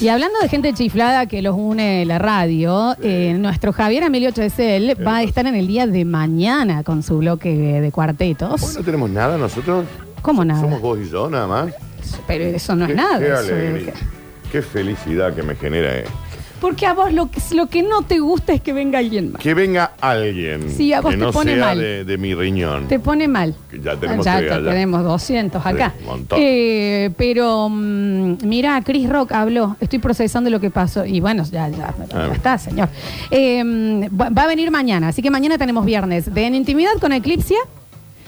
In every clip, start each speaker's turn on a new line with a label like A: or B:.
A: Y hablando de gente chiflada que los une la radio, eh, nuestro Javier Emilio Chesel va a estar en el día de mañana con su bloque de, de
B: Hoy
A: cuartetos.
B: no tenemos nada nosotros.
A: ¿Cómo nada?
B: Somos vos y yo nada más.
A: Pero eso no es
B: Qué-
A: nada.
B: Qué
A: eso eh, es-
B: alegría. Qué felicidad que me genera. eh.
A: Porque a vos lo que, lo que no te gusta es que venga alguien más.
B: Que venga alguien
A: Sí, a vos
B: que
A: te
B: no
A: pone
B: sea
A: mal.
B: De, de mi riñón.
A: Te pone mal.
B: Que ya tenemos
A: Ah,
B: tres
A: ya
B: allá.
A: tenemos 200 acá.
B: Sí, un montón.
A: Eh, pero mm, mira, Chris Rock habló, estoy procesando lo que pasó. Y bueno, ya, ya, ya
B: Ah.
A: está, señor. Eh, mm, va va a venir mañana, así que mañana tenemos viernes de En Intimidad con Eclipsia.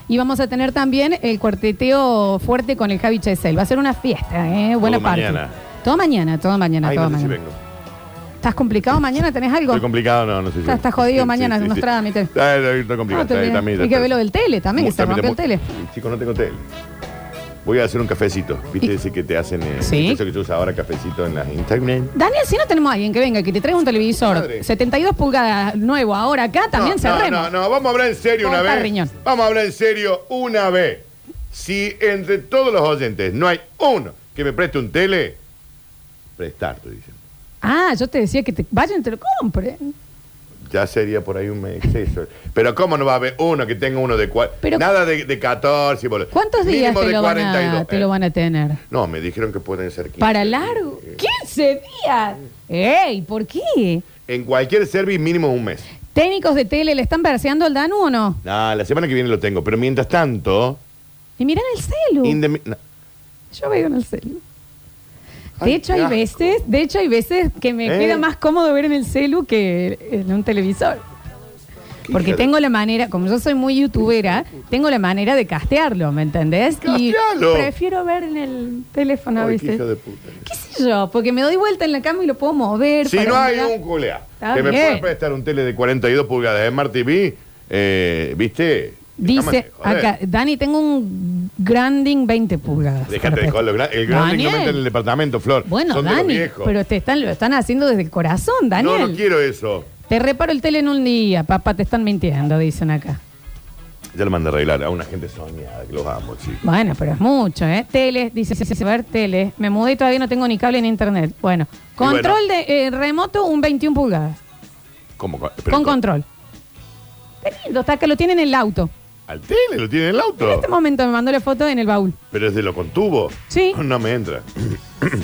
A: Y vamos a tener también el cuarteteo fuerte con el Javi Chesel. Va a ser una fiesta, ¿eh? Buena parte.
B: mañana.
A: Todo mañana, todo mañana,
B: Ay,
A: todo
B: no sé si
A: mañana.
B: vengo.
A: ¿Estás complicado mañana? ¿Tenés algo?
B: Estoy complicado, no, no sé si
A: Está- está jodido mañana, unos trámites.
B: Está, está- está Ah, complicado.
A: No, te
B: está-
A: olvides.
B: también-
A: Y que ve lo del tele también, que
B: Muy-
A: se rompe el
B: muy-
A: tele.
B: Chico, no tengo tele. Voy a hacer un cafecito. ¿Viste ese que te hacen? eh,
A: Sí.
B: Eso que se usa ahora cafecito en las Instagram.
A: Daniel, si no tenemos a alguien que venga, que te traiga un televisor
B: Madre.
A: 72 pulgadas nuevo ahora acá, también
B: no,
A: cerremos.
B: No, no, no, vamos a hablar en serio una
A: Corta
B: vez.
A: riñón.
B: Vamos a hablar en serio una vez. Si entre todos los oyentes no hay uno que me preste un tele, prestar, estoy diciendo.
A: Ah, yo te decía que te vayan y te lo compren.
B: Ya sería por ahí un exceso. Pero ¿cómo no va a haber uno que tenga uno de cua-
A: Pero-
B: Nada de, de 14, boludo.
A: ¿Cuántos días
B: Mínimo
A: te
B: de
A: lo, van a,
B: 42,
A: te
B: eh.
A: lo van a tener?
B: No, me dijeron que pueden ser 15.
A: Para largo.
B: Eh,
A: ¡15 días! ¡Ey! ¿Por qué?
B: En cualquier service mínimo un mes.
A: ¿Técnicos de tele le están verseando al Danu o no?
B: No, la semana que viene lo tengo. Pero mientras tanto...
A: Y miran el celu.
B: in the mi- no.
A: Yo veo en el celu.
B: Ay,
A: De hecho, hay
B: qué asco.
A: veces, de hecho, hay veces que me
B: ¿Eh?
A: queda más cómodo ver en el celu que en un televisor.
B: Qué
A: Porque
B: hija de-
A: tengo la manera, como yo soy muy youtubera, tengo la manera de castearlo, ¿me entendés?
B: Castealo.
A: Y prefiero ver en el teléfono a
B: Ay, qué
A: veces.
B: hijo de puta.
A: ¿Qué sé yo? Porque me doy vuelta en la cama y lo puedo mover.
B: Si
A: para
B: no hay
A: mirar.
B: un culea
A: Está
B: que me
A: bien.
B: pueda prestar un tele de 42 pulgadas de Smart TV, eh, ¿viste?
A: Dice, acá, Dani, tengo un Granding 20 pulgadas.
B: Déjate de
A: Perfecto.
B: joder. lo gra- El gran que no
A: Daniel.
B: meten en el departamento, Flor.
A: Bueno,
B: Son de los
A: Dani,
B: viejos.
A: pero te están, lo están haciendo desde el corazón, Daniel.
B: No, no quiero eso.
A: Te reparo el tele en un día, papá, te están mintiendo, dicen acá.
B: Ya lo mandé a arreglar a una gente soñada que los amo, chicos.
A: Bueno, pero es mucho, ¿eh? Tele, dice, sí, sí, sí, ver tele. Me mudé y todavía no tengo ni cable ni internet. Bueno,
B: bueno.
A: control de eh, remoto, un 21 pulgadas.
B: ¿Cómo? Pero
A: con control. Teniendo, hasta que lo tiene en el auto.
B: Al tele, lo tiene en el
A: En
B: auto.
A: este momento me mandó la foto en el baúl.
B: Pero es de lo contuvo.
A: Sí.
B: No me entra.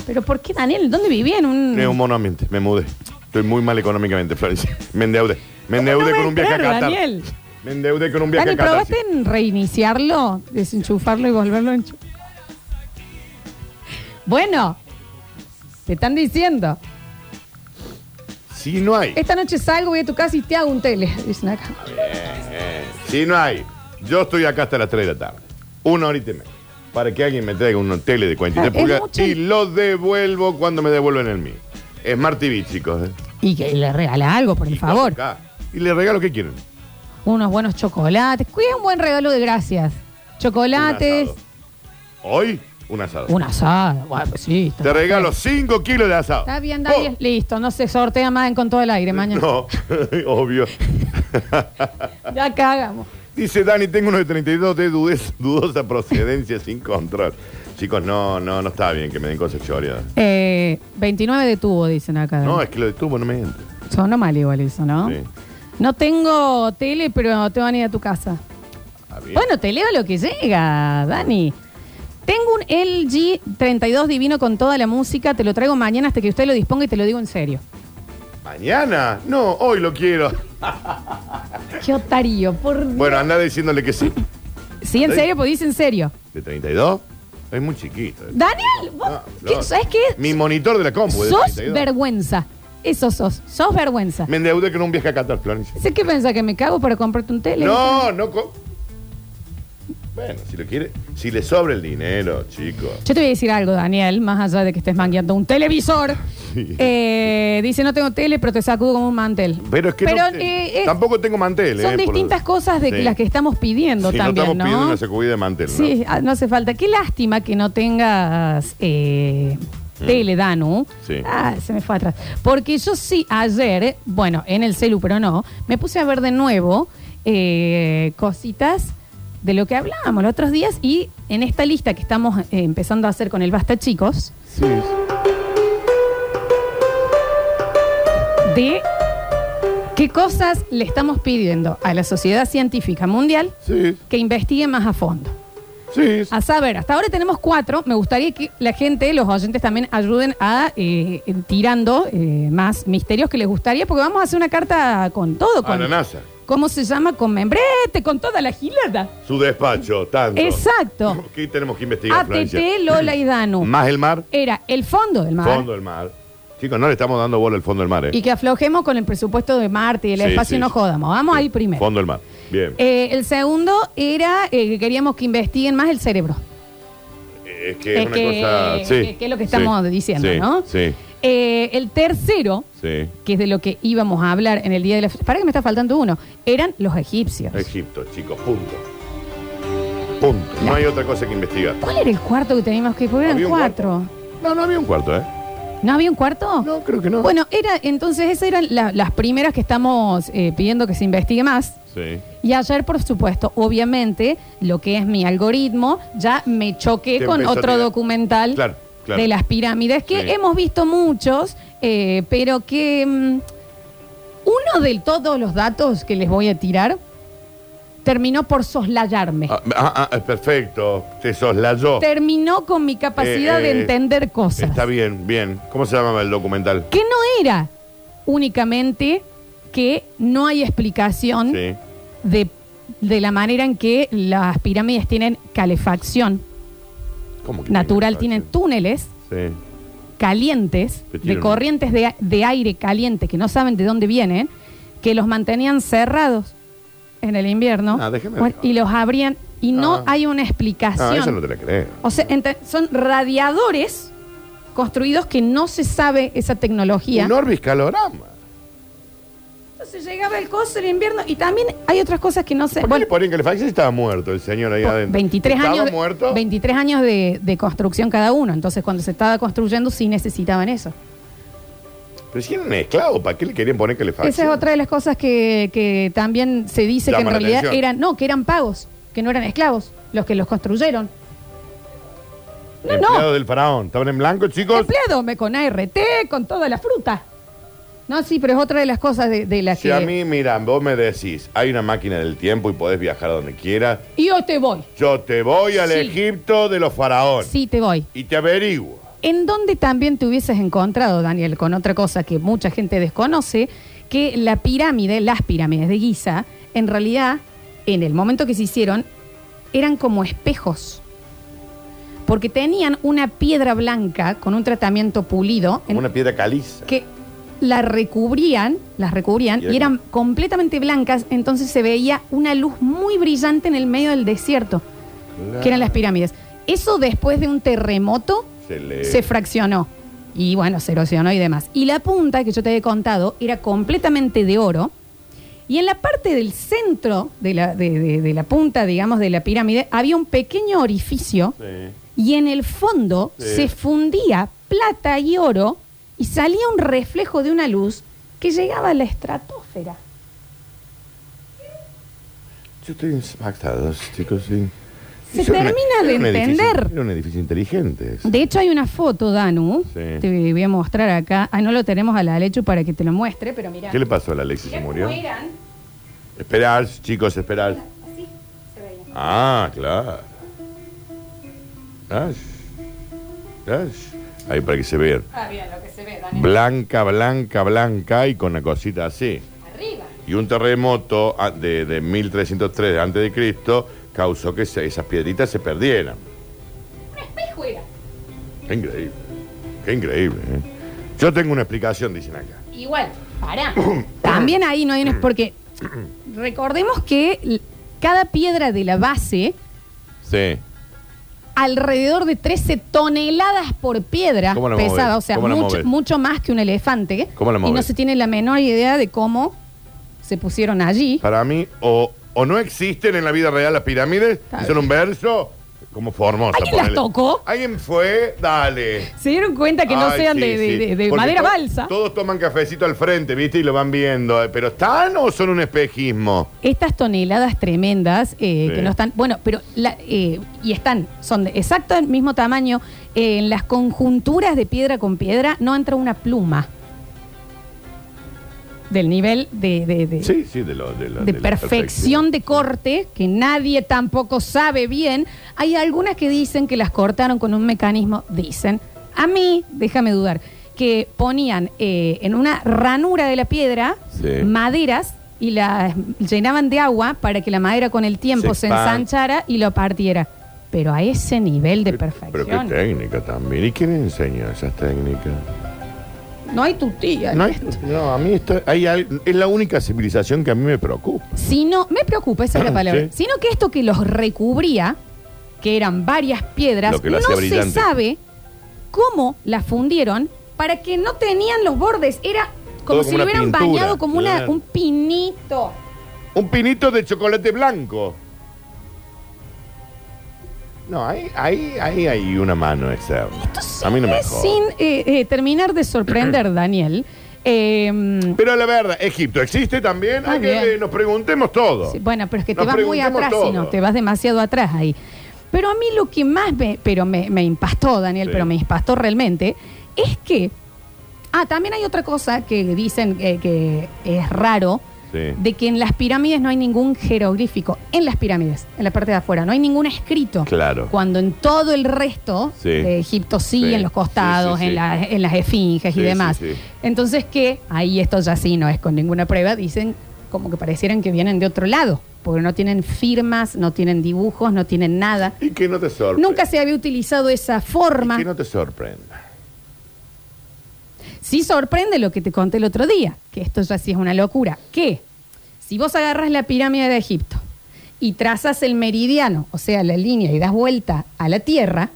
A: Pero ¿por qué, Daniel? ¿Dónde vivía? En un...
B: Es un monoambiente. Me mudé. Estoy muy mal económicamente, Florencia. Me endeudé. Me
A: ¿Cómo no
B: endeudé
A: va a
B: con un viaje a
A: entrar,
B: Qatar.
A: Daniel?
B: Me endeudé con un viaje
A: Dani,
B: a Qatar.
A: ¿probaste
B: sí.
A: en reiniciarlo? Desenchufarlo y volverlo a enchufar. Bueno, te están diciendo.
B: Si no hay.
A: Esta noche salgo, voy a tu casa y te hago un tele. Dicen acá.
B: Si no hay, yo estoy acá hasta las 3 de la tarde. Una horita y media. Para que alguien me traiga un tele de 43
A: Ah, es
B: pulgadas
A: mucho.
B: y lo devuelvo cuando me devuelven el mío. Smart TV, chicos. ¿eh?
A: Y que le regala algo, por el
B: Y
A: favor.
B: acá. Y le regalo que quieren.
A: Unos buenos chocolates. Cuida un buen regalo de gracias. Chocolates.
B: Un asado. Hoy, un asado.
A: Un asado. Bueno, pues sí. está
B: Te
A: perfecto.
B: regalo 5 kilos de asado.
A: Está bien, Daniel. Listo, no se sortea más en con todo el aire
B: Oh,
A: mañana.
B: No, obvio.
A: Ya cagamos.
B: Dice Dani, tengo uno de 32 de dudes- dudosa procedencia sin control. Chicos, no, no, no está bien que me den cosas choreadas.
A: Eh, 29 de tubo, dicen acá.
B: No, es que lo de tubo no me entra.
A: Sonó mal igual eso, ¿no?
B: Sí.
A: No tengo tele, pero te van a ir a tu casa.
B: Está bien.
A: Bueno, te leo lo que llega, Dani. Tengo un LG 32 divino con toda la música, te lo traigo mañana hasta que usted lo disponga y te lo digo en serio.
B: ¿Mañana? No, hoy lo quiero.
A: Qué otario, por Dios.
B: Bueno, anda diciéndole que sí.
A: Sí, en serio, pues dice en serio.
B: ¿De 32? Es muy chiquito. eh.
A: Daniel, vos,
B: No,
A: ¿qué-
B: no.
A: ¿sabes qué?
B: Mi monitor de la compu es de
A: sos
B: 32.
A: vergüenza. Eso sos, sos vergüenza.
B: Me endeudé con un viaje a Qatar, Florencia.
A: Sé que pensás que me cago para comprarte un tele.
B: No, no... co- Bueno, si lo quiere... Si le sobra el dinero, chico.
A: Yo te voy a decir algo, Daniel, más allá de que estés mangueando un televisor.
B: Sí.
A: Eh, dice, no tengo tele, pero te sacudo como un mantel.
B: Pero es que no-
A: eh, es-
B: tampoco tengo mantel.
A: Son
B: eh, por-
A: distintas cosas de
B: Sí.
A: las que estamos pidiendo
B: Sí,
A: también,
B: no
A: ¿no?
B: estamos pidiendo una sacudida de mantel, ¿no?
A: Sí, ah, no hace falta. Qué lástima que no tengas eh, tele, Danu.
B: Sí.
A: Ah, se me fue atrás. Porque yo sí, ayer, bueno, en el celu, pero no, me puse a ver de nuevo eh, cositas de lo que hablábamos los otros días y en esta lista que estamos eh, empezando a hacer con el Basta Chicos,
B: Sí.
A: de qué cosas le estamos pidiendo a la sociedad científica mundial
B: Sí,
A: que investigue más a fondo.
B: sí.
A: A saber, hasta ahora tenemos cuatro. Me gustaría que la gente, los oyentes también ayuden a eh, eh, tirando eh, más misterios que les gustaría, porque vamos a hacer una carta con todo.
B: A
A: Con,
B: la NASA.
A: ¿Cómo se llama? Con membrete, con toda la gilada.
B: Su despacho, tanto.
A: Exacto.
B: ¿Qué tenemos que investigar,
A: ATT,
B: Florencia?
A: Lola y Danu.
B: Más el mar,
A: Era el fondo del mar.
B: fondo del mar. Chicos, no le estamos dando bola al fondo del mar, ¿eh?
A: Y que aflojemos con el presupuesto de Marte y el
B: Sí,
A: espacio
B: sí,
A: y no
B: sí.
A: jodamos. Vamos
B: Sí,
A: ahí primero.
B: Fondo del mar. Bien.
A: Eh, el segundo era eh, que queríamos que investiguen más el cerebro.
B: Eh, es que es
A: es
B: una
A: que-
B: cosa. sí,
A: que- que es lo que estamos
B: sí,
A: diciendo,
B: sí,
A: ¿no?
B: Sí,
A: Eh, el tercero,
B: sí.
A: que es de lo que íbamos a hablar en el día de la. Para que me está faltando uno. Eran los egipcios.
B: Egipto, chicos, punto. Punto. No hay otra cosa que investigar.
A: ¿Cuál era el cuarto que teníamos que ir? Porque
B: Había
A: eran
B: un cuarto.
A: cuatro.
B: No, no había un cuarto, ¿eh?
A: ¿No había un cuarto?
B: No, creo que no.
A: Bueno, era entonces esas eran la- las primeras que estamos eh, pidiendo que se investigue más.
B: Sí.
A: Y ayer, por supuesto, obviamente, lo que es mi algoritmo, ya me choqué
B: Te
A: con
B: empezó a
A: otro
B: tirar.
A: documental
B: Claro, claro.
A: de las pirámides, que
B: Sí.
A: hemos visto muchos, eh, pero que mm, uno de todos los datos que les voy a tirar terminó por soslayarme.
B: Ah, ah, ah, perfecto. Te soslayó.
A: Terminó con mi capacidad
B: Eh,
A: de
B: eh,
A: entender cosas.
B: Está bien, bien. ¿Cómo se llamaba el documental?
A: Que no era únicamente que no hay explicación
B: Sí.
A: de, de la manera en que las pirámides tienen calefacción
B: ¿Cómo que
A: natural, tienen túneles
B: Sí.
A: calientes,
B: Que
A: de
B: tienen-
A: corrientes de, a- de aire caliente que no saben de dónde vienen, que los mantenían cerrados en el invierno
B: Ah, déjeme
A: bueno,
B: ver.
A: y los abrían y no
B: Ah.
A: hay una
B: Ah, eso
A: explicación.
B: no te la creo.
A: o sea, ente- son radiadores construidos que no se sabe esa tecnología.
B: Un Orbis calorama.
A: Entonces llegaba el coso en invierno y también hay otras cosas que no se...
B: ¿Por qué
A: bueno,
B: le ponían calefacción si estaba muerto el señor ahí adentro?
A: 23
B: ¿Estaba
A: años, de-
B: muerto?
A: 23 años de, de construcción cada uno. Entonces, cuando se estaba construyendo, sí necesitaban eso.
B: Pero si eran esclavos, ¿para qué le querían poner calefacción?
A: Esa es otra de las cosas que, que también se dice
B: Llama
A: que en
B: la
A: realidad
B: atención.
A: eran, no, que eran pagos, que no eran esclavos, los que los construyeron. No,
B: Empleados
A: no,
B: del faraón. ¿Estaban en blanco, chicos?
A: empleado me- con ART, con toda la fruta. No, sí, pero es otra de las cosas de, de las
B: Si
A: que...
B: a mí, mira, vos me decís, hay una máquina del tiempo y podés viajar a donde quieras,
A: Y yo te voy,
B: yo te voy al
A: Sí.
B: Egipto de los faraones
A: sí te voy.
B: y te averiguo.
A: ¿En dónde también te hubieses encontrado, Daniel, con otra cosa que mucha gente desconoce, que la pirámide, las pirámides de Giza, en realidad, en el momento que se hicieron, eran como espejos. Porque tenían una piedra blanca con un tratamiento pulido en-
B: Como una piedra caliza.
A: que la recubrían, las recubrían
B: Y era
A: y eran completamente blancas, entonces se veía una luz muy brillante en el medio del desierto, que eran las pirámides. Eso después de un terremoto
B: Se le-
A: se fraccionó. Y bueno, se erosionó y demás. Y la punta que yo te he contado era completamente de oro. Y en la parte del centro de la, de, de- de la punta, digamos, de la pirámide, había un pequeño orificio.
B: Sí.
A: Y en el fondo
B: Sí.
A: se fundía plata y oro. Y salía un reflejo de una luz que llegaba a la estratosfera.
B: Yo estoy impactado, chicos. sí.
A: Se
B: Era una-
A: termina de
B: era un edificio-
A: entender.
B: Era un edificio inteligente. ese.
A: De hecho, hay una foto, Danu.
B: Sí.
A: Te voy a mostrar acá. Ah, no lo tenemos a la leche para que te lo muestre, pero mira.
B: ¿Qué le pasó a la Alexis? ¿Se
A: Mirá cómo
B: murió?
A: eran.
B: Esperar, chicos, esperar.
A: Así se veía.
B: Ah, claro. Ash. Ash. Ahí para que se vean.
A: Ah, bien, lo que se ve, Daniel.
B: Blanca, blanca, blanca y con una cosita así.
A: Arriba.
B: Y un terremoto ah, de, de 1303 antes de Cristo causó que se- esas piedritas se perdieran.
A: Un espejo era.
B: Qué increíble. Qué increíble. ¿eh? Yo tengo una explicación, dicen acá.
A: Igual, pará. También ahí no hay un... Porque recordemos que l- cada piedra de la base,
B: Sí.
A: alrededor de 13 toneladas por piedra
B: ¿Cómo la
A: pesada,
B: movés?
A: o sea,
B: ¿Cómo la
A: mucho,
B: movés?
A: mucho más que un elefante.
B: ¿Cómo la
A: y no
B: movés?
A: se tiene la menor idea de cómo se pusieron allí.
B: Para mí, o, o no existen en la vida real las pirámides,
A: Está
B: y son un verso como formosa.
A: ¿Alguien las
B: ponele.
A: tocó?
B: ¿Alguien fue? Dale.
A: Se dieron cuenta que no
B: Ay,
A: sean
B: sí,
A: de, de-
B: sí.
A: de- de
B: Porque
A: madera
B: to-
A: balsa.
B: Todos toman cafecito al frente, ¿viste? Y lo van viendo. eh, ¿Pero están o son un espejismo?
A: Estas toneladas tremendas eh,
B: Sí.
A: que no están, bueno, pero la- eh, y están, son de exacto el mismo tamaño. eh, en las conjunturas de piedra con piedra no entra una pluma. del nivel de, de- de-
B: Sí, sí, de, lo, de, la-
A: de
B: de la
A: perfección de corte, que nadie tampoco sabe bien, hay algunas que dicen que las cortaron con un mecanismo, dicen, a mí, déjame dudar, que ponían eh, en una ranura de la piedra
B: Sí.
A: maderas y las llenaban de agua para que la madera con el tiempo se,
B: Se expand-
A: ensanchara y lo partiera. Pero a ese nivel de
B: perfección.
A: perfección.
B: Pero qué técnica también. ¿Y quién enseña esas técnicas?
A: no hay tu tía.
B: No, hay- no, a mí esto, hay al- es la única civilización que a mí me preocupa.
A: Sino, me preocupa esa es la palabra,
B: Sí.
A: sino que esto que los recubría, que eran varias piedras,
B: Lo que lo hacía
A: no se
B: brillante.
A: sabe cómo las fundieron para que no tenían los bordes. Era como
B: Todo
A: si
B: como
A: lo
B: una
A: hubieran
B: pintura,
A: bañado como una-
B: claro.
A: un pinito.
B: Un pinito de chocolate blanco. No, ahí, ahí, ahí hay una mano esa.
A: Esto
B: A mí no me
A: sigue
B: joda.
A: Sin eh, eh, terminar de sorprender, Daniel. Eh,
B: Pero la verdad, Egipto existe también.
A: Ah,
B: Hay que
A: bien.
B: eh, nos preguntemos todo.
A: Sí, bueno, pero es que te
B: Nos
A: vas muy
B: preguntemos
A: atrás,
B: todo.
A: si no, te vas demasiado atrás ahí. Pero a mí lo que más me, pero me, me impactó, Daniel,
B: Sí.
A: pero me impactó realmente, es que... Ah, también hay otra cosa que dicen eh, que es raro,
B: Sí.
A: de que en las pirámides no hay ningún jeroglífico. En las pirámides, en la parte de afuera, no hay ningún escrito.
B: Claro.
A: Cuando en todo el resto
B: Sí.
A: de Egipto sí,
B: Sí.
A: en los costados,
B: Sí, sí, sí.
A: En, la- en las esfinges
B: Sí,
A: y
B: sí,
A: demás.
B: sí.
A: Entonces, que ahí esto ya sí no es con ninguna prueba, dicen como que parecieran que vienen de otro lado, porque no tienen firmas, no tienen dibujos, no tienen nada.
B: Y que no te sorprenda.
A: Nunca se había utilizado esa forma.
B: Que no te sorprenda.
A: Sí sorprende lo que te conté el otro día, que esto ya sí es una locura. Que si vos agarras la pirámide de Egipto y trazas el meridiano, o sea, la línea y das vuelta a la Tierra,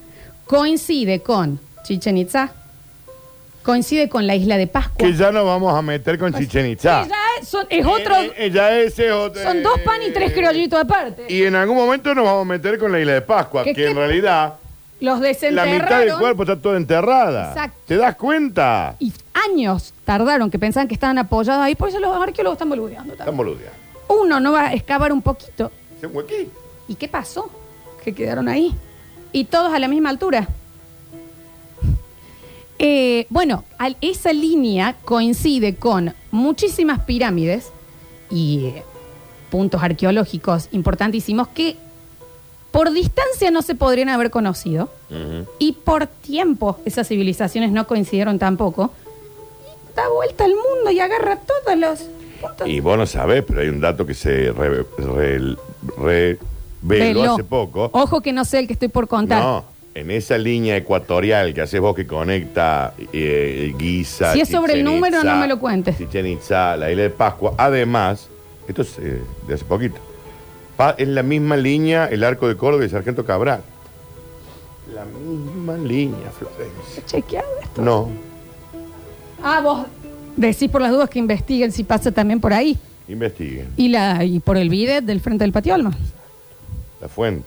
A: coincide con Chichen Itza, coincide con la isla de Pascua.
B: Que ya no vamos a meter con Chichen Itza.
A: Que Pues, ya es, son- es otro,
B: Eh, eh, ya ese es otro- eh,
A: son dos pan y tres criollitos aparte.
B: Y en algún momento nos vamos a meter con la isla de Pascua,
A: ¿Qué-
B: que en
A: qué?
B: realidad
A: Los
B: la
A: desenterraron.
B: mitad del cuerpo está toda enterrada.
A: Exacto.
B: ¿Te das cuenta?
A: Y años tardaron que pensaban que estaban apoyados ahí, por eso los arqueólogos están boludeando.
B: Están
A: también.
B: boludeas.
A: Uno no va a excavar un poquito
B: Es un huequito.
A: ¿Y qué pasó? Que quedaron ahí. Y todos a la misma altura. Eh, bueno, al- esa línea coincide con muchísimas pirámides y eh, puntos arqueológicos importantísimos que por distancia no se podrían haber conocido y por tiempo esas civilizaciones no coincidieron tampoco. Y da vuelta al mundo y agarra todos los puntos.
B: Y vos no sabés, pero hay un dato que se re- re- reveló
A: Veló.
B: hace poco.
A: Ojo que no sé el que estoy por contar.
B: No, en esa línea ecuatorial que haces vos que conecta eh, Guisa.
A: Si es sobre el
B: Chichén
A: número,
B: Itzá,
A: no me lo cuentes.
B: Chichén Itzá, la isla de Pascua. Además, esto es eh, de hace poquito. Pa- es la misma línea el arco de Córdoba y Sargento Cabral. La misma línea, Florencia.
A: Chequeado esto.
B: No,
A: Ah, vos decís por las dudas que investiguen si pasa también por ahí.
B: investiguen.
A: Y, la, y por el bidet del frente del patiolma.
B: La fuente.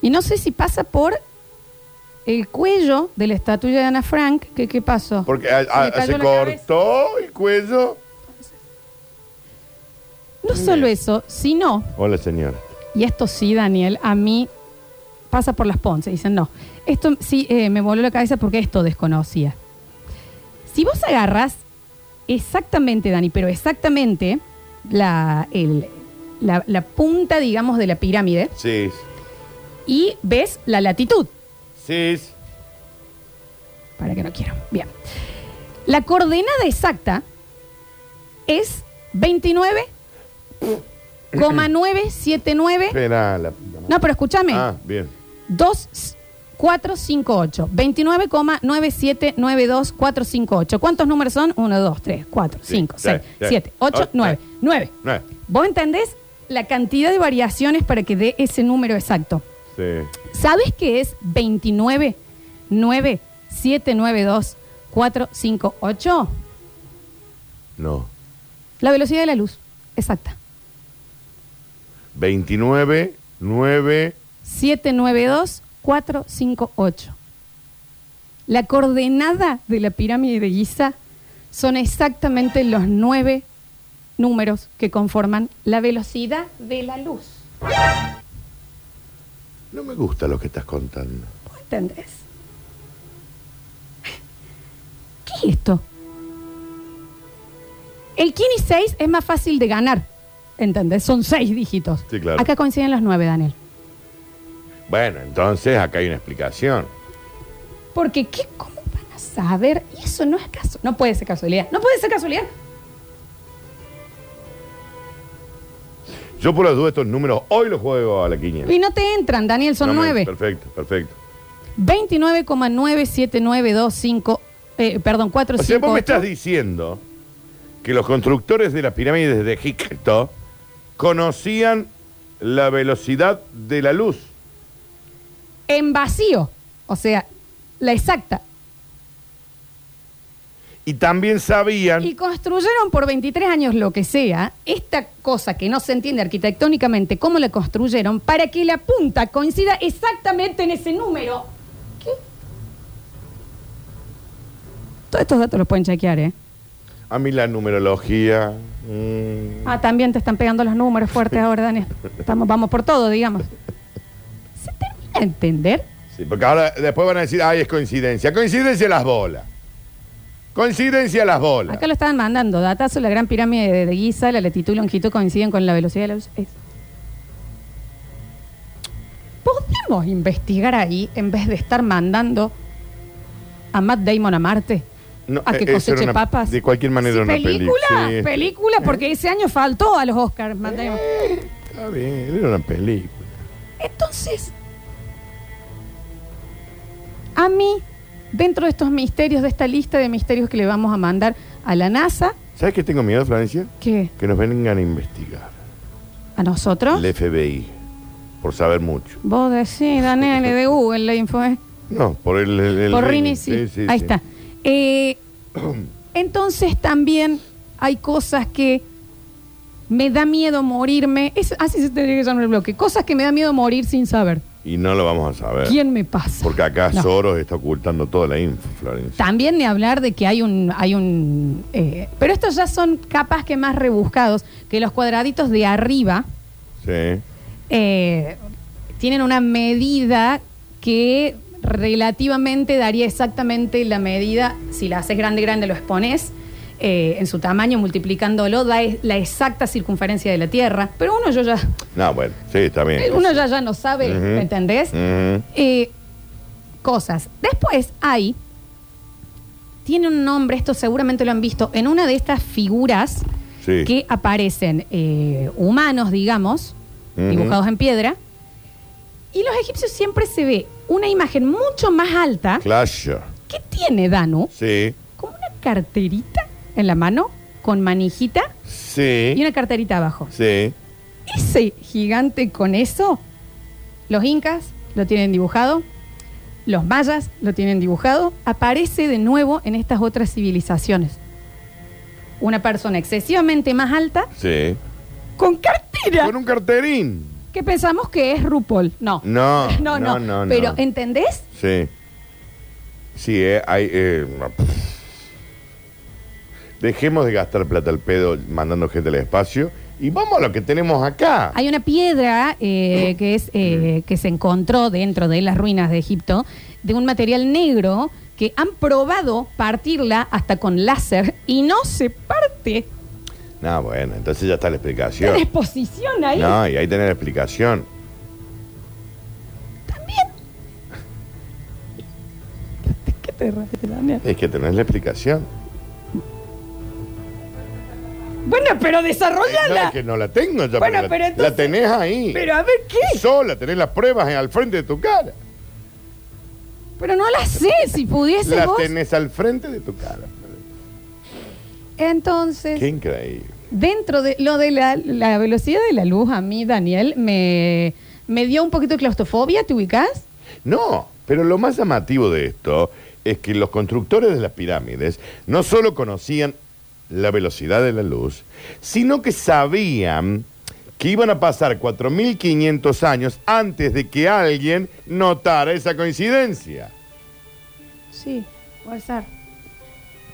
A: Y no sé si pasa por el cuello de la estatua de Ana Frank. que qué pasó?
B: Porque a-
A: le
B: a-
A: cayó
B: se
A: la cabeza.
B: cortó el cuello.
A: No solo eso, sino,
B: Hola, señor.
A: y esto sí, Daniel, a mí pasa por las ponces. Dicen, no, esto sí eh, me voló la cabeza porque esto desconocía. Si vos agarras exactamente, Dani, pero exactamente la, el- la- la punta, digamos, de la pirámide,
B: Sí.
A: y ves la latitud. ¿Eh?
B: Sí.
A: Para que no quiero. Bien. La coordenada exacta es 29,979.
B: Espera, la puta madre.
A: No, pero escúchame.
B: Ah, bien.
A: 2458. 29,9792458. ¿Cuántos números son? 1, 2, 3, 4,
B: Sí, Ah,
A: 5,
B: sí,
A: 6,
B: sí.
A: 7, 8,
B: Ocho,
A: 9. 9.
B: Nueve.
A: ¿Vos entendés la cantidad de variaciones para que dé ese número exacto?
B: Sí.
A: ¿Sabes qué es 29 9 792 458?
B: No.
A: La velocidad de la luz. Exacta.
B: 29, 9.
A: 792 458. La coordenada de la pirámide de Giza son exactamente los nueve números que conforman la velocidad de la luz.
B: No me gusta lo que estás contando.
A: ¿Vos entendés? ¿Qué es esto? El Kini 6 es más fácil de ganar, ¿entendés? Son seis dígitos.
B: Sí, claro.
A: Acá coinciden los nueve, Daniel.
B: Bueno, entonces acá hay una explicación.
A: Porque, ¿qué, ¿cómo van a saber? Y eso no es caso. No puede ser casualidad. No puede ser casualidad.
B: Yo por las dudas estos números hoy los juego a la quiniela.
A: Y no te entran, Daniel, son
B: No me-
A: nueve.
B: Perfecto, perfecto.
A: 29,97925, eh, perdón,
B: O sea, vos me
A: 458.
B: estás diciendo que los constructores de las pirámides de Egipto conocían la velocidad de la luz.
A: en vacío. O sea, la exacta.
B: Y también sabían.
A: Y construyeron por 23 años lo que sea, esta cosa que no se entiende arquitectónicamente, cómo la construyeron, para que la punta coincida exactamente en ese número. ¿Qué? Todos estos datos los pueden chequear, ¿eh?
B: A mí la numerología. mm,
A: Ah, también te están pegando los números fuertes ahora, Daniel. Estamos, vamos por todo, digamos. ¿Se termina de entender?
B: sí, porque ahora después van a decir, ay, es coincidencia. Coincidencia las bolas. Coincidencia las bolas.
A: Acá lo estaban mandando. Datazo, la gran pirámide de, de Giza, la latitud y longitud coinciden con la velocidad de la luz. Es- ¿Podemos investigar ahí en vez de estar mandando a Matt Damon a Marte?
B: No,
A: a que
B: eh, eso
A: coseche
B: era una-
A: papas.
B: de cualquier manera
A: Sí,
B: era una
A: película.
B: peli- sí.
A: Película, porque ese año faltó a los Oscars Matt Damon.
B: Está bien, era una película.
A: Entonces, a mí, dentro de estos misterios, de esta lista de misterios que le vamos a mandar a la NASA,
B: ¿Sabes qué tengo miedo, Florencia?
A: que
B: Que nos vengan a investigar.
A: a nosotros...
B: El FBI. Por saber mucho.
A: Vos decís, Daniel, es de Google la info, ¿eh?
B: No, por el. el- el-
A: Por
B: el-
A: Rini, sí. Ahí
B: sí.
A: está. Eh, entonces también hay cosas que me da miedo morirme. Es- así se tendría que llamar el bloque. Cosas que me da miedo morir sin saber.
B: Y no lo vamos a saber.
A: ¿Quién me pasa?
B: Eh, Porque acá
A: No.
B: Soros está ocultando toda la info, Florencia.
A: También ni hablar de que hay un... Hay un eh, pero estos ya son capaz que más rebuscados que los cuadraditos de arriba.
B: Sí.
A: eh, tienen una medida que relativamente daría exactamente la medida, si la haces grande, grande, lo expones eh, en su tamaño, multiplicándolo, da e- la exacta circunferencia de la Tierra. Pero uno yo ya, eh,
B: No, bueno, Eh, sí, está bien.
A: uno ya, ya no sabe,
B: Ujú.
A: ¿me entendés?
B: Ujú.
A: Eh, cosas. Después hay, tiene un nombre, esto seguramente lo han visto, en una de estas figuras
B: Sí.
A: que aparecen eh, humanos, digamos,
B: Ujú.
A: dibujados en piedra. Y los egipcios siempre se ve una imagen mucho más alta
B: Clash.
A: que tiene Danu,
B: Sí.
A: como una carterita en la mano, con manijita y
B: Sí.
A: una carterita abajo.
B: Sí.
A: Ese gigante con eso, los incas lo tienen dibujado, los mayas lo tienen dibujado, aparece de nuevo en estas otras civilizaciones. Una persona excesivamente más alta
B: Sí.
A: con cartera.
B: Con un carterín.
A: que pensamos que es RuPaul. No.
B: No.
A: No, no. Pero, ¿entendés?
B: Sí. Sí, eh, hay. eh, no, pff. Dejemos de gastar plata al pedo mandando gente al espacio y vamos a lo que tenemos acá.
A: Hay una piedra eh, que, es,
B: Mm.
A: eh, que se encontró dentro de las ruinas de Egipto de un material negro que han probado partirla hasta con láser y no se parte.
B: No, bueno, entonces ya está la explicación.
A: Tiene exposición ahí.
B: No, y ahí tenés la explicación.
A: ¿Qué te reís, Daniel?
B: Es que tenés la explicación.
A: Bueno, pero
B: Eh, no,
A: desarrollala.
B: es que no la tengo ya,
A: Bueno,
B: la-
A: pero
B: la,
A: entonces-
B: tenés ahí.
A: Pero a ver qué.
B: Sola, tenés las pruebas en- al frente de tu cara.
A: Pero no la sé, si pudiese
B: Las
A: vos.
B: tenés al frente de tu cara.
A: Entonces.
B: Qué increíble.
A: Dentro de lo de la, la velocidad de la luz, a mí, Daniel, me, me dio un poquito de claustrofobia, ¿te ubicas?
B: No, pero lo más llamativo de esto es que los constructores de las pirámides no solo conocían la velocidad de la luz, sino que sabían que iban a pasar 4.500 años antes de que alguien notara esa coincidencia.
A: Sí, puede ser.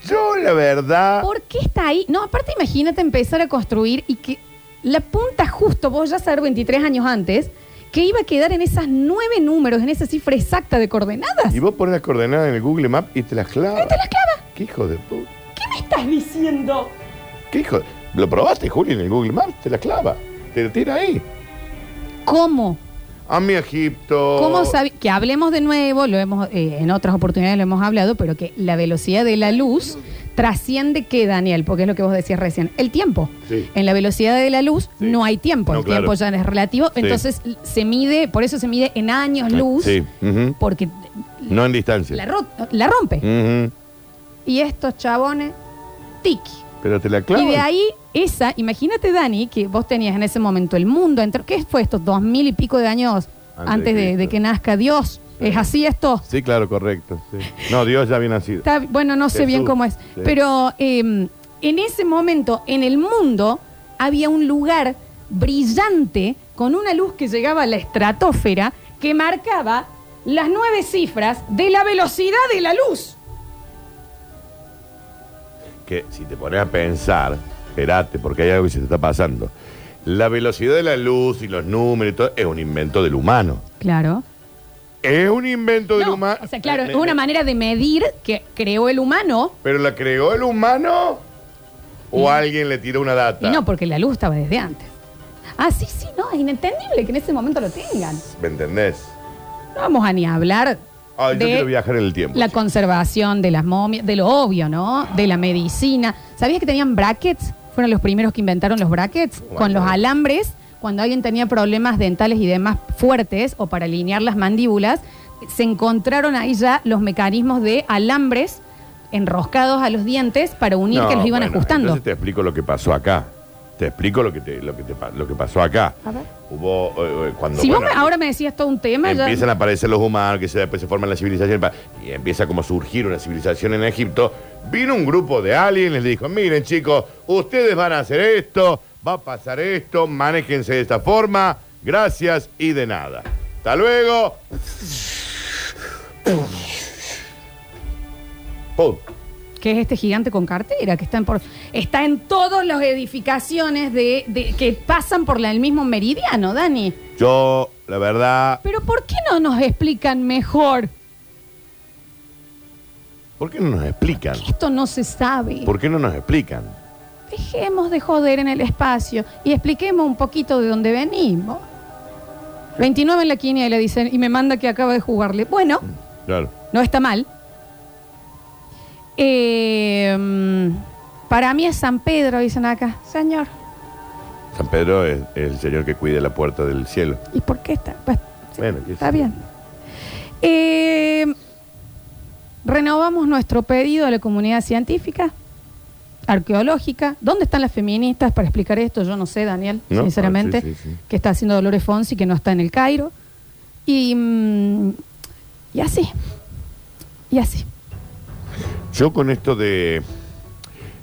B: Yo, la verdad...
A: ¿Por qué está ahí? No, aparte imagínate empezar a construir y que la punta justo, vos ya saber 23 años antes, que iba a quedar en esas nueve números, en esa cifra exacta de coordenadas.
B: Y vos pones las coordenadas en el Google Map y te las clavas.
A: ¿Te las clava?
B: ¡Qué hijo de puta!
A: ¿Qué me estás diciendo?
B: ¿Qué hijo? Lo probaste, Juli, en el Google Maps, te la clava. Te la tira ahí.
A: ¿Cómo?
B: A mi Egipto.
A: ¿Cómo sabe que hablemos de nuevo? Lo hemos eh, en otras oportunidades lo hemos hablado, pero que la velocidad de la luz trasciende que Daniel, porque es lo que vos decías recién, el tiempo.
B: Sí.
A: En la velocidad de la luz
B: Sí.
A: no hay tiempo,
B: No,
A: el
B: claro.
A: tiempo ya es relativo, entonces se mide, por eso se mide en años luz,
B: Ah, Sí. ujú.
A: porque
B: No en distancia.
A: la, ro- la rompe.
B: Ujú.
A: Y estos chabones, tiki.
B: Pero te la clava.
A: Y de ahí, esa, imagínate, Dani, que vos tenías en ese momento el mundo entero. ¿Qué fue estos dos mil y pico de años
B: Antes de
A: antes, de,
B: Cristo.
A: de que nazca Dios?
B: Sí.
A: ¿Es así esto?
B: Sí, claro, correcto. sí. No, Dios ya había nacido.
A: Está- bueno, no sé
B: Jesús,
A: bien cómo es.
B: sí.
A: Pero eh, en ese momento, en el mundo, había un lugar brillante con una luz que llegaba a la estratosfera que marcaba las nueve cifras de la velocidad de la luz.
B: que si te pones a pensar, espérate, porque hay algo que se te está pasando. La velocidad de la luz y los números y todo es un invento del humano.
A: Claro.
B: Es un invento del humano.
A: o sea, claro,
B: Eh, Me-
A: es una
B: me-
A: manera de medir que creó el humano.
B: ¿Pero la creó el humano o alguien le tiró una data?
A: Y no, pues. porque la luz estaba desde antes. Ah, sí, sí, no, es inentendible que en ese momento lo tengan.
B: ¿Me entendés?
A: No vamos a ni hablar
B: Ah, yo quiero
A: de
B: viajar en el tiempo.
A: la
B: chico.
A: conservación de las momias, de lo obvio, ¿no? De la medicina. ¿Sabías que tenían brackets? Fueron los primeros que inventaron los brackets
B: Bueno.
A: con los alambres. Cuando alguien tenía problemas dentales y demás fuertes o para alinear las mandíbulas, se encontraron ahí ya los mecanismos de alambres enroscados a los dientes para unir
B: No,
A: que los iban
B: bueno,
A: ajustando.
B: Entonces te explico lo que pasó acá. Te explico lo que, te- lo que, te pa- lo que pasó acá.
A: A ver.
B: Hubo. eh, eh, cuando,
A: Si vos
B: bueno,
A: me- ahora me decías todo un tema, ya-
B: Empiezan a aparecer los humanos, que se, después se forman las civilizaciones, pa- y empieza como a surgir una civilización en Egipto. Vino un grupo de aliens, les dijo, miren chicos, ustedes van a hacer esto, va a pasar esto, manéjense de esta forma, gracias y de nada. Hasta luego. Pum.
A: que es este gigante con cartera, que está en, por- está en todas las edificaciones de, de- que pasan por la- el mismo meridiano, Dani.
B: Yo, la verdad,
A: Pero ¿por qué no nos explican mejor?
B: ¿por qué no nos explican?
A: Esto no se sabe.
B: ¿Por qué no nos explican?
A: Dejemos de joder en el espacio y expliquemos un poquito de dónde venimos. 29 en la quiniela y le dicen, y me manda que acaba de jugarle. Bueno,
B: Claro.
A: no está mal. Eh, mm, para mí es San Pedro, dicen acá. Señor,
B: San Pedro es, es el señor que cuida la puerta del cielo.
A: ¿y por qué está? Pues, sí,
B: Bueno, yo
A: está
B: sé.
A: bien. Eh, renovamos nuestro pedido a la comunidad científica, arqueológica. ¿Dónde están las feministas para explicar esto? Yo no sé, Daniel,
B: No,
A: sinceramente,
B: ah, sí, sí, sí.
A: que está haciendo Dolores Fonsi, que no está en el Cairo. Y, mm, y así. Y así.
B: Yo con esto de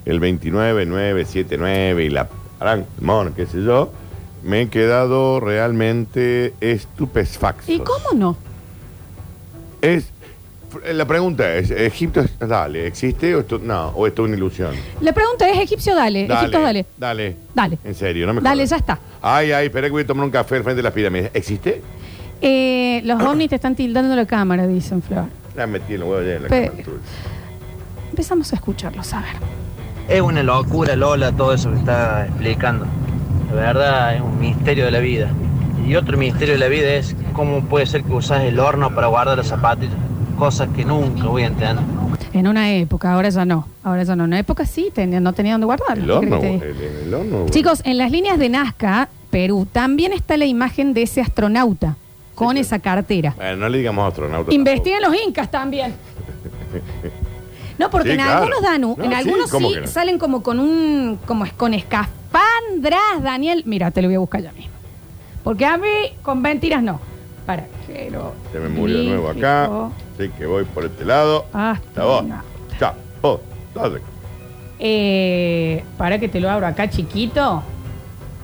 B: el 29, 9, 7, 9 y la gran mon, qué sé yo, me he quedado realmente estupefacto.
A: ¿Y cómo no?
B: Es, la pregunta es, ¿Egipto es- dale, existe o esto, no, o esto es una ilusión?
A: La pregunta es, egipcio, dale. Eh, Egipto, dale.
B: Dale.
A: Dale.
B: En serio, Eh, no me
A: Dale,
B: jodas.
A: ya está.
B: Ay, ay, espera que voy a tomar un café al frente de las pirámides. ¿Existe?
A: Eh, los ovnis te están tildando la cámara, dicen Flor.
B: La metí en la huevo ya en la
A: Pe-
B: cama tuya.
A: Empezamos a escucharlos, a ver.
C: Es una locura, Lola, todo eso que está explicando. La verdad es un misterio de la vida. Y otro misterio de la vida es cómo puede ser que usas el horno para guardar las zapatillas. Cosas que nunca voy a entender.
A: En una época, ahora ya no. Ahora ya no. En una época sí, tenía- Ah, no tenía dónde guardar.
B: El eh, horno,
A: ¿Qué
B: el,
A: crees que te diga?
B: el horno.
A: Chicos, en las líneas de Nazca, Perú, también está la imagen de ese astronauta con
B: Sí, sí.
A: esa cartera.
B: Bueno, no le digamos astronauta.
A: Investiguen los incas también. No, porque
B: Sí,
A: en
B: claro.
A: algunos, Danu,
B: No,
A: en
B: sí,
A: algunos sí,
B: ¿cómo que no?
A: salen como con un, como es- con escafandras, Daniel. Mira, te lo voy a buscar ya mismo. Porque a mí, con mentiras no. Para que lo
B: Se me murió de nuevo acá.
A: explico.
B: Así que voy por este lado.
A: Hasta
B: La voz.
A: una.
B: Ya, vos. Dale.
A: Eh, para que te lo abro acá chiquito.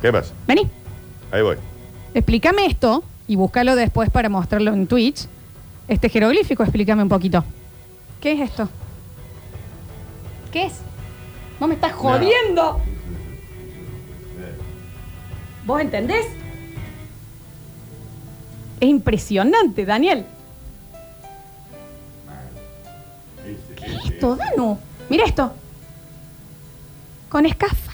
B: ¿Qué pasa?
A: Vení,
B: Ahí voy.
A: explícame esto y búscalo después para mostrarlo en Twitch. Este jeroglífico, explícame un poquito. ¿Qué es esto? ¿Qué es? Vos me estás jodiendo. ¿Vos entendés? Es impresionante, Daniel. ¿Qué es esto, Danu? Mira esto. Con escafandra.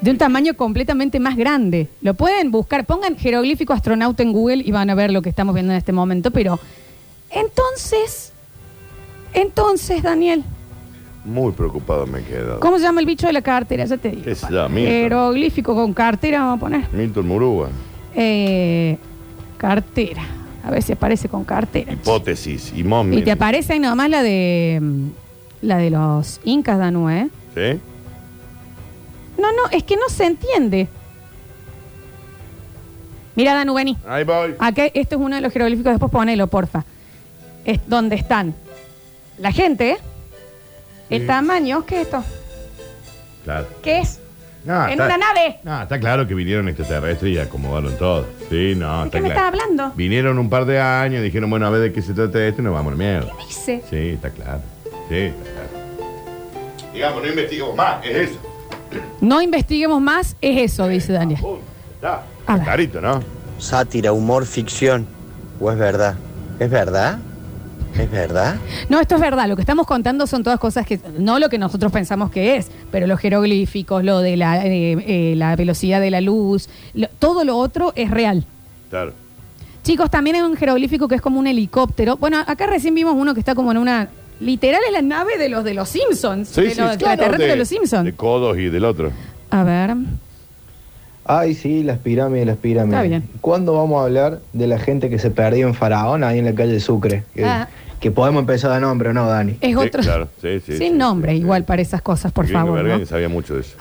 A: de un tamaño completamente más grande. Lo pueden buscar, pongan jeroglífico astronauta en Google y van a ver lo que estamos viendo en este momento, pero entonces, entonces, Daniel,
B: Muy preocupado me he quedado.
A: ¿cómo se llama el bicho de la cartera? Ya te digo.
B: ¿Qué se
A: Bueno,
B: llama?
A: jeroglífico con cartera, vamos a poner.
B: Milton Murúa.
A: Eh, cartera. A ver si aparece con cartera.
B: Hipótesis y mommy.
A: Y te aparece ahí nomás la de mm, la de los incas, Danu, ¿eh?
B: ¿Sí?
A: No, no, es que no se entiende. Mira, Danu, vení.
B: Ahí voy.
A: Acá, esto es uno de los jeroglíficos, después ponelo, porfa. Es donde están la gente, ¿eh? el
B: Sí.
A: tamaño, ¿qué es esto?
B: Claro.
A: ¿Qué es?
B: No,
A: en
B: está-
A: una nave.
B: No, está claro que vinieron extraterrestres y acomodaron todo. Sí, no,
A: ¿De
B: está
A: qué me
B: claro.
A: estás hablando?
B: Vinieron un par de años, dijeron, bueno, a ver de qué se trata esto y nos vamos al miedo.
A: Dice.
B: Sí, está claro. Sí, está claro. Digamos, no investigo más, es eso.
A: No investiguemos más, es eso, dice Daniel.
B: Punto. Está.
A: A ver.
B: Clarito, ¿no?
D: Sátira, humor, ficción. ¿O es verdad? ¿Es verdad? ¿Es verdad?
A: No, esto es verdad. Lo que estamos contando son todas cosas que no lo que nosotros pensamos que es, pero los jeroglíficos, lo de la, eh, eh, la velocidad de la luz, lo- todo lo otro es real.
B: Claro.
A: Chicos, también hay un jeroglífico que es como un helicóptero. Bueno, acá recién vimos uno que está como en una. Literal es la nave de los de los Simpsons. de los extraterrestres de, los Simpsons.
B: De codos y del otro.
A: A ver.
E: Ay, sí, las pirámides, las pirámides.
A: Está bien.
E: ¿Cuándo vamos a hablar de la gente que se perdió en Faraón ahí en la calle Sucre? Que,
A: Ah.
E: que podemos empezar de nombre, ¿o ¿no, Dani?
A: Es
B: Sí,
A: otro.
B: claro. Sí,
A: Sin
B: sí, sí,
A: nombre,
B: sí, sí.
A: igual para esas cosas, por
B: Gringo
A: favor.
B: Bergen
A: ¿no?
B: sabía mucho de eso.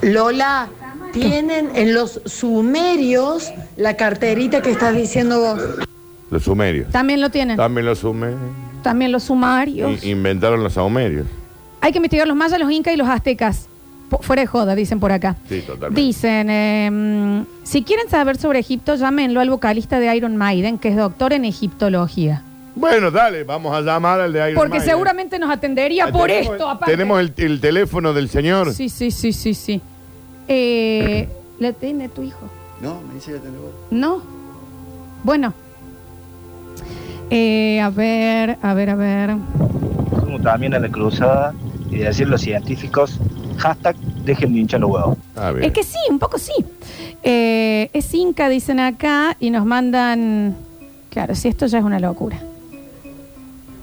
F: Lola, tienen en los sumerios la carterita que estás diciendo vos.
B: Los sumerios.
A: También lo tienen.
B: También los sumerios.
A: También los sumarios.
B: In- Inventaron los saumerios.
A: Hay que investigar los mayas, los incas y los aztecas. Po- fuera de joda, dicen por acá.
B: Sí, totalmente.
A: Dicen, eh, mm, si quieren saber sobre Egipto, llámenlo al vocalista de Iron Maiden, que es doctor en egiptología.
B: Bueno, dale, vamos a llamar al de Iron ¿eh?
A: Porque
B: Maiden. Ah,
A: seguramente nos atendería por
B: Tenemos-
A: esto, aparte.
B: Tenemos el, el teléfono del señor.
A: Sí, sí, sí, sí, sí. Eh, ¿La tiene tu hijo?
G: No, me dice que tenés vos.
A: No. Bueno. Eh, a ver, a ver, a ver.
H: como también a la cruzada y decir los científicos, hashtag dejen de hinchar los huevos.
B: A ver.
A: Es que sí, un poco sí. Eh, es Inca, dicen acá, y nos mandan. Claro, si esto ya es una locura.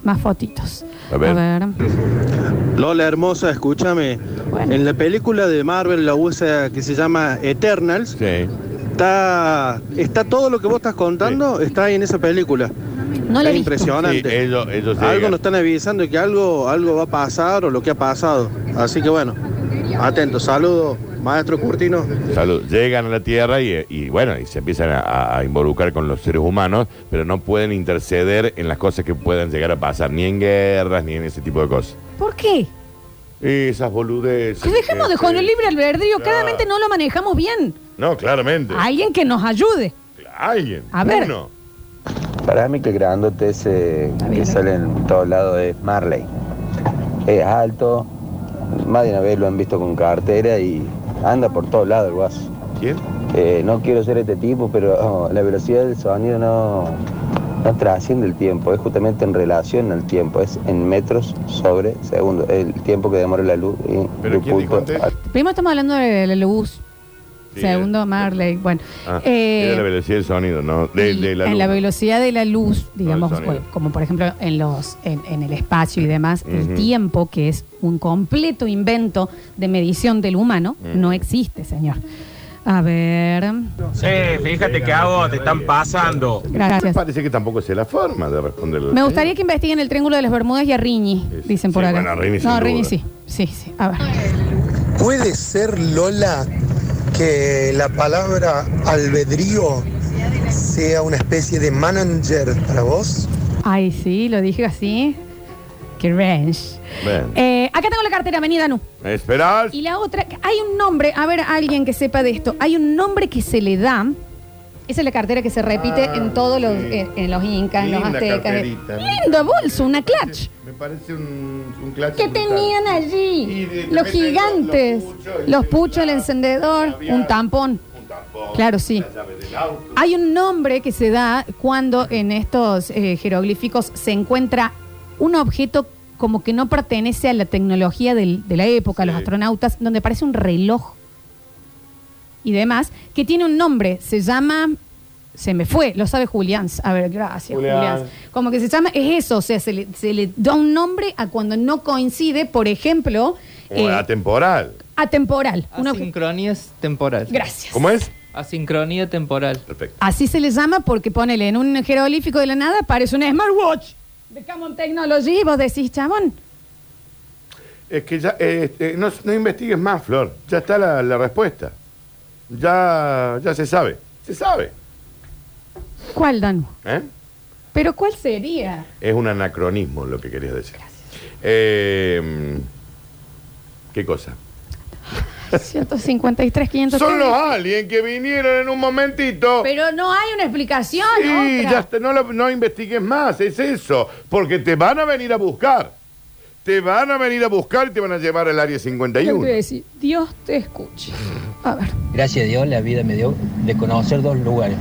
A: Más fotitos.
B: A ver.
I: Lola hermosa, escúchame.
A: Bueno.
I: En la película de Marvel, la USA que se llama Eternals,
B: Sí.
I: está, está todo lo que vos estás contando, está ahí en esa película.
A: No
I: es
A: le
B: Sí,
I: impresionante.
B: ellos, ellos
I: algo
B: llegan.
I: nos están avisando que algo, algo va a pasar o lo que ha pasado. Así que bueno, atento, saludos, maestro Curtino.
B: Salud. Llegan a la Tierra y, y, bueno, y se empiezan a- a, a involucrar con los seres humanos, pero no pueden interceder en las cosas que puedan llegar a pasar, ni en guerras, ni en ese tipo de cosas.
A: ¿Por qué?
B: Y esas boludeces.
A: Que Pues dejemos de
B: gente.
A: joder el libre albedrío.
B: Claro.
A: Claramente no lo manejamos bien.
B: No, claramente.
A: Alguien que nos ayude.
B: Alguien.
A: A ver.
B: Uno.
D: Para mí que el grandote ese
A: Está bien,
D: que
A: ¿eh?
D: sale en todos lados es Marley. Es alto, más de una vez lo han visto con cartera y anda por todos lados el guaso.
B: ¿Quién?
D: Eh, no quiero ser este tipo, pero oh, la velocidad del sonido no, no trasciende el tiempo, es justamente en relación al tiempo, es en metros sobre segundo, el tiempo que demora la luz. y
B: ¿Pero
D: de
B: quién dijo
D: punto
B: antes?
D: a-
A: Primero estamos hablando de la luz.
B: Sí,
A: Segundo,
B: eh.
A: Marley. Bueno.
B: Ah,
A: eh,
B: era la velocidad del sonido, ¿no? De,
A: y
B: de la
A: en
B: luz.
A: la velocidad de la luz,
B: del
A: digamos,
B: sonido.
A: bueno, como por ejemplo en los en, en el espacio y demás, el
B: Ujú.
A: tiempo, que es un completo invento de medición del humano,
B: Mm.
A: no existe, señor. A ver,
J: Sí, fíjate que hago, te están pasando.
B: Me
A: gracias.
B: parece que tampoco sé la forma de responder.
A: Me gustaría que investiguen el Triángulo de las Bermudas y a Riñi,
B: Sí,
A: dicen por
B: sí,
A: acá.
B: bueno, a Rini sin
A: no, Riñi
B: duda.
A: sí, sí, sí. A ver.
K: ¿Puede ser, Lola, que la palabra albedrío sea una especie de manager para vos?
A: Ay, sí, lo dije así. Qué range.
B: Bueno.
A: Eh, acá tengo la cartera, vení Danu.
B: Esperar.
A: Y la otra, hay un nombre, a ver, alguien que sepa de esto, hay un nombre que se le da. Esa es la cartera que se repite
B: Ah,
A: en todos los, eh,
B: sí.
A: en, en los incas, en los
B: Linda
A: aztecas.
B: carterita.
A: Lindo bolso, una clutch.
B: Me parece un, un clutch
A: ¿Qué
B: brutal.
A: tenían
B: Y
A: allí?
B: de-
A: Los
B: también
A: gigantes,
B: los puchos, el
A: los puchos, el
B: celular, el
A: encendedor,
B: labial.
A: un tampón.
B: Un tampón,
A: Claro, sí.
B: la llave del auto.
A: Hay un nombre que se da cuando en estos eh, jeroglíficos se encuentra un objeto como que no pertenece a la tecnología del- de la época, a los
B: Sí.
A: astronautas, donde parece un reloj. y demás, que tiene un nombre, se llama, se me fue, lo sabe Julián, a ver, gracias
B: Julián.
A: Julián. Como que se llama, es eso, o sea, se le, se le da un nombre a cuando no coincide, por ejemplo,
B: O
A: eh,
B: atemporal.
A: atemporal. Una-
G: Asincronía es temporal.
A: gracias.
B: ¿Cómo es?
G: Asincronía temporal.
B: Perfecto.
A: Así se le llama porque ponele en un jeroglífico de la nada, parece un smartwatch de Camon Technology y vos decís, chabón,
B: Es que ya, eh, este, no, no investigues más, Flor. Ya está la, la respuesta. Ya, ya se sabe. Se sabe.
A: ¿cuál, Danu?
B: ¿eh?
A: ¿Pero cuál sería?
B: Es un anacronismo lo que querías decir. Eh, ¿Qué cosa?
A: 153, 500.
B: Son los aliens que vinieron en un momentito.
A: Pero no hay una explicación.
B: Sí,
A: otra.
B: ya está, no, la- no investigues más, es eso. Porque te van a venir a buscar. Te van a venir a buscar y te van a llevar al área
A: Yo te voy a
B: 51.
A: decir, Dios te escuche. A ver.
L: Gracias a Dios la vida me dio de conocer dos lugares.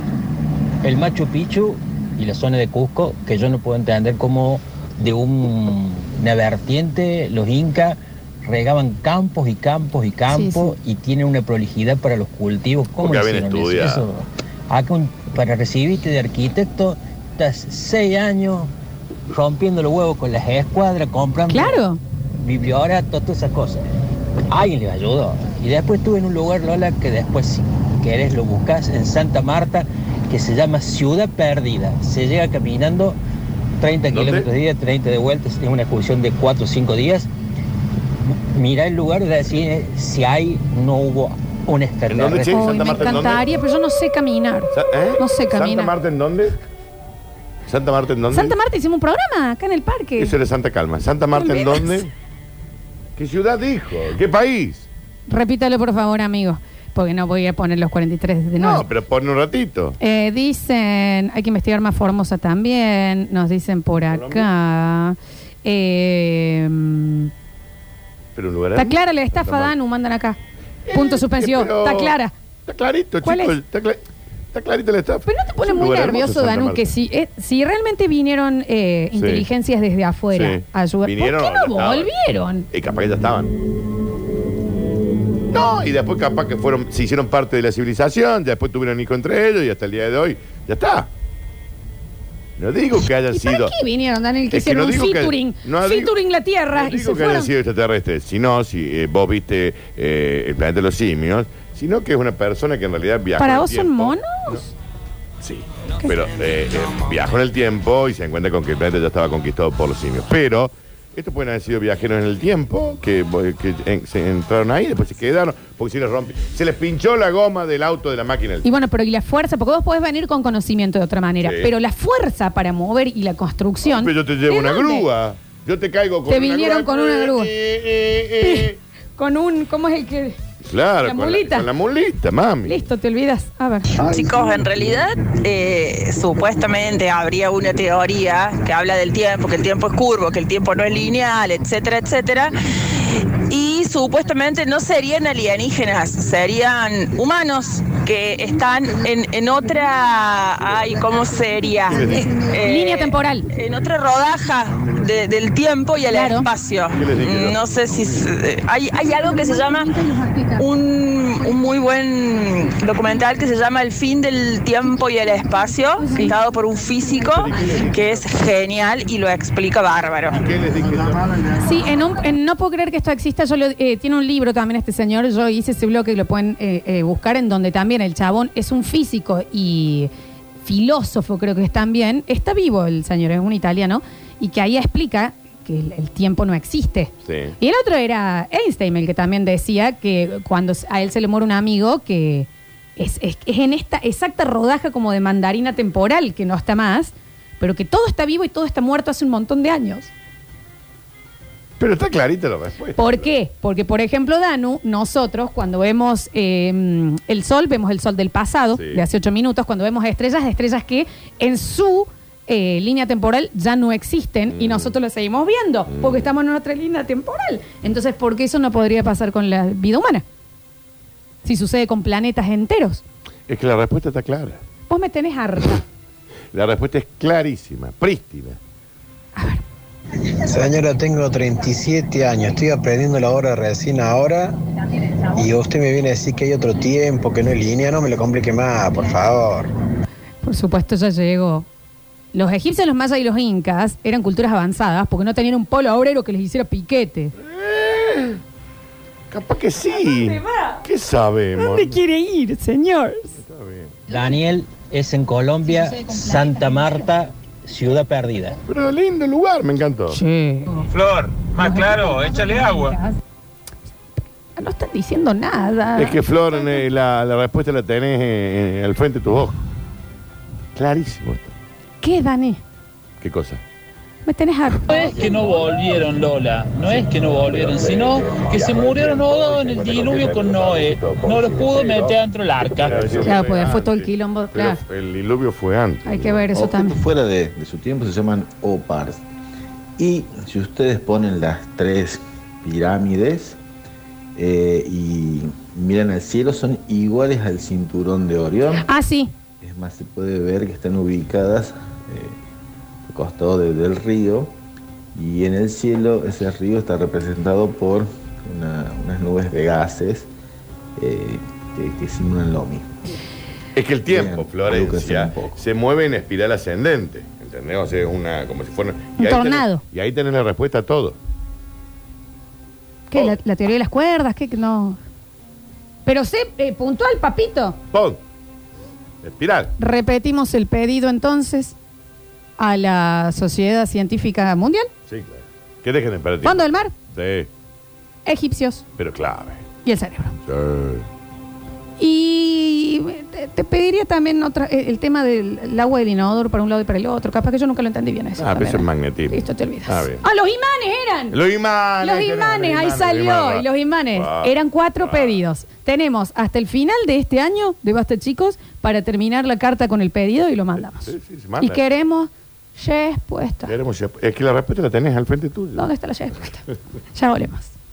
L: El Machu Picchu y la zona de Cusco, que yo no puedo entender cómo de un- una vertiente los incas regaban campos y campos y campos y tienen una prolijidad para los cultivos. ¿Cómo
B: Porque habían
L: hicieron eso?
B: estudiado.
L: Eso, acá un- para recibirte de arquitecto, estás seis años rompiendo los huevos con las escuadras, comprando
A: Claro.
L: bibliorato, todas esas cosas. Alguien les ayudó. Y después estuve en un lugar, Lola, que después, si querés, lo buscas en Santa Marta, que se llama Ciudad Perdida. Se llega caminando 30
B: ¿Dónde?
L: kilómetros de día, 30 de vuelta, es una excursión de 4 o 5 días. Mirá el lugar y decís si ahí no hubo un
B: dónde,
L: extraterrestre.
B: che?
A: Ay,
B: Santa
A: me
B: Marta, ¿en dónde?
A: encantaría, pero yo no sé caminar.
B: Sa- ¿eh?
A: No sé
B: ¿Santa
A: caminar.
B: Marta en dónde? ¿Santa Marta en dónde?
A: Santa Marta hicimos un programa acá en el parque.
B: Eso era Santa Calma. ¿Santa Marta en
A: Olvidas.
B: dónde? ¿Qué ciudad dijo? ¿Qué país?
A: Repítalo, por favor, amigo. Porque no voy a poner los 43 de nuevo.
B: No, pero pon un ratito.
A: Eh, dicen, hay que investigar más Formosa también. Nos dicen por acá. Eh,
B: Pero un lugar
A: está
B: hermoso.
A: clara la estafa,
B: Santa Marta.
A: Danu, mandan acá. Punto suspensivo.
B: Eh, pero-
A: Está clara.
B: Está clarito,
A: ¿Cuál
B: chicos.
A: es?
B: Está, cla- está clarita la estafa.
A: Pero no te
B: Es
A: pone
B: un
A: muy
B: lugar hermoso,
A: nervioso,
B: Santa
A: Danu,
B: Marta.
A: que si, eh, si realmente vinieron eh,
B: Sí.
A: inteligencias desde afuera
B: Sí.
A: a ayudar,
B: Vinieron,
A: ¿por qué no
B: ya estaban.
A: volvieron?
B: Y capaz que ya estaban. No, y después capaz que fueron, se hicieron parte de la civilización, ya después tuvieron hijo entre ellos y hasta el día de hoy, ya está. No digo que hayan
A: ¿Y
B: sido.
A: para qué vinieron, Daniel? Que
B: Es que
A: hicieron
B: no
A: un
B: digo que-
A: featuring.
B: no digo-
A: featuring la Tierra
B: No
A: y se
B: digo que hayan
A: fueron.
B: sido extraterrestres, sino si eh, vos viste eh, el planeta de los simios, sino que es una persona que en realidad viaja. en
A: ¿Para
B: el
A: vos son
B: tiempo.
A: monos?
B: Sí, pero eh, eh, viajó en el tiempo y se encuentra con que el planeta ya estaba conquistado por los simios. Pero estos pueden haber sido viajeros en el tiempo que, eh, que, eh, se entraron ahí, después se quedaron, porque se les rompió. Se les pinchó la goma del auto de la máquina. del
A: Y bueno, pero y la fuerza, porque vos podés venir con conocimiento de otra manera,
B: Sí.
A: pero la fuerza para mover y la construcción.
B: Pero yo te llevo
A: ¿de
B: una
A: dónde?
B: grúa. Yo te caigo con
A: Te
B: una
A: vinieron
B: grúa.
A: con una grúa.
B: Eh, eh, eh.
A: Con un, ¿cómo es el que?
B: Claro,
A: La
B: con,
A: mulita.
B: La, con la mulita, mami.
A: Listo, te olvidas. A ver.
L: Ah.
M: Chicos, en realidad eh, supuestamente habría una teoría que habla del tiempo, que el tiempo es curvo, que el tiempo no es lineal, etcétera, etcétera. Y supuestamente no serían alienígenas, serían humanos que están en, en otra, ay, ¿cómo sería?
A: Eh, Línea temporal.
M: En otra rodaja de- del tiempo y el espacio. Mm, No sé si s- hay, hay algo que se llama un, un muy buen documental que se llama El fin del tiempo y el espacio, dado por un físico que es genial y lo explica bárbaro.
A: Sí, en un, en No puedo creer que esto exista. Yo lo- eh, tiene un libro también este señor. Yo hice ese blog y lo pueden eh, eh, buscar, en donde también el chabón es un físico y filósofo, creo que es también. Está vivo el señor, es un italiano, y que ahí explica que el, el tiempo no existe.
B: Sí.
A: Y el otro era Einstein, el que también decía que cuando a él se le muere un amigo, que es, es- es en esta exacta rodaja como de mandarina temporal, que no está más, pero que todo está vivo y todo está muerto hace un montón de años.
B: Pero está clarita la respuesta.
A: ¿Por qué? Porque, por ejemplo, Danu, nosotros cuando vemos eh, el sol, vemos el sol del pasado,
B: Sí.
A: de hace ocho minutos, cuando vemos estrellas, estrellas que en su eh, línea temporal ya no existen y nosotros lo seguimos viendo, porque estamos en otra línea temporal. Entonces, ¿por qué eso no podría pasar con la vida humana? Si sucede con planetas enteros.
B: Es que la respuesta está clara.
A: Vos me tenés harta.
B: La respuesta es clarísima, prístina.
N: Señora, tengo 37 años, estoy aprendiendo la obra recién ahora Y usted me viene a decir que hay otro tiempo, que no es línea, no me lo complique más, por favor.
A: Por supuesto, ya llegó. Los egipcios, los mayas y los incas eran culturas avanzadas porque no tenían un polo obrero que les hiciera piquete.
B: Capaz que sí. ¿Qué sabemos?
A: ¿Dónde quiere ir, señor?
L: Daniel es en Colombia, Santa Marta, ciudad perdida.
B: Pero lindo lugar, me encantó.
A: Sí.
J: Flor, más claro, échale agua.
A: Ah, No están diciendo nada.
B: Es que Flor, eh, la, la respuesta la tenés eh, eh, al frente de tu voz. Clarísimo. esto.
A: ¿Qué, Dani?
B: ¿Qué cosa?
A: Me tenés harto.
O: No
P: Pues-
O: es que no volvieron, Lola, no es que no volvieron, sino que se murieron ahogados en el diluvio con Noé. No los pudo meter dentro del arca.
A: Claro, pues fue todo el quilombo.
B: Pero
A: Claro,
B: el diluvio fue antes.
A: hay que ver
B: Oh,
A: eso
P: Objetos
A: también.
P: fuera de, de su tiempo se llaman opars. Y si ustedes ponen las tres pirámides eh, y miran al cielo, son iguales al cinturón de Orión.
A: Ah, sí.
P: Es más, se puede ver que están ubicadas eh, al costado de- del río. Y en el cielo, ese río está representado por una- unas nubes de gases eh, que, que simulan lo mismo.
B: Es que el tiempo,
P: Lucas,
B: Florencia,
P: un poco.
B: se mueve en espiral ascendente. ¿Entendés? O sea, es una, como si fuera. y
A: Un
B: ahí tenés-
A: tornado.
B: y ahí tenés la respuesta a todo.
A: ¿Qué? La, la teoría de las cuerdas? ¿Qué? No. Pero sé eh, puntual, papito.
B: Pon. Espiral.
A: Repetimos el pedido entonces a la Sociedad Científica Mundial.
B: Sí, claro. Que dejen de perder
A: Fondo
B: tiempo.
A: del mar,
B: Sí,
A: egipcios
B: pero clave.
A: y el cerebro.
B: Sí.
A: Y te, te pediría también otra, eh, el el tema del el agua del inodoro para un lado y para el otro. Capaz que yo nunca lo entendí bien eso.
B: Ah, pero
A: también.
B: eso es magnetismo.
A: Listo, te olvidas.
B: Ah, bien.
A: Ah, los imanes eran.
B: Los imanes. Ah.
A: Los imanes, ahí salió. Y los imanes. Eran cuatro pedidos. Tenemos hasta el final de este año de Basta Chicos para terminar la carta con el pedido y lo mandamos.
B: Sí, sí, se manda.
A: Y queremos yes puesta.
B: Queremos- Es que la respuesta la tenés al frente tuyo.
A: ¿Dónde está la yes puesta? Ya volvemos.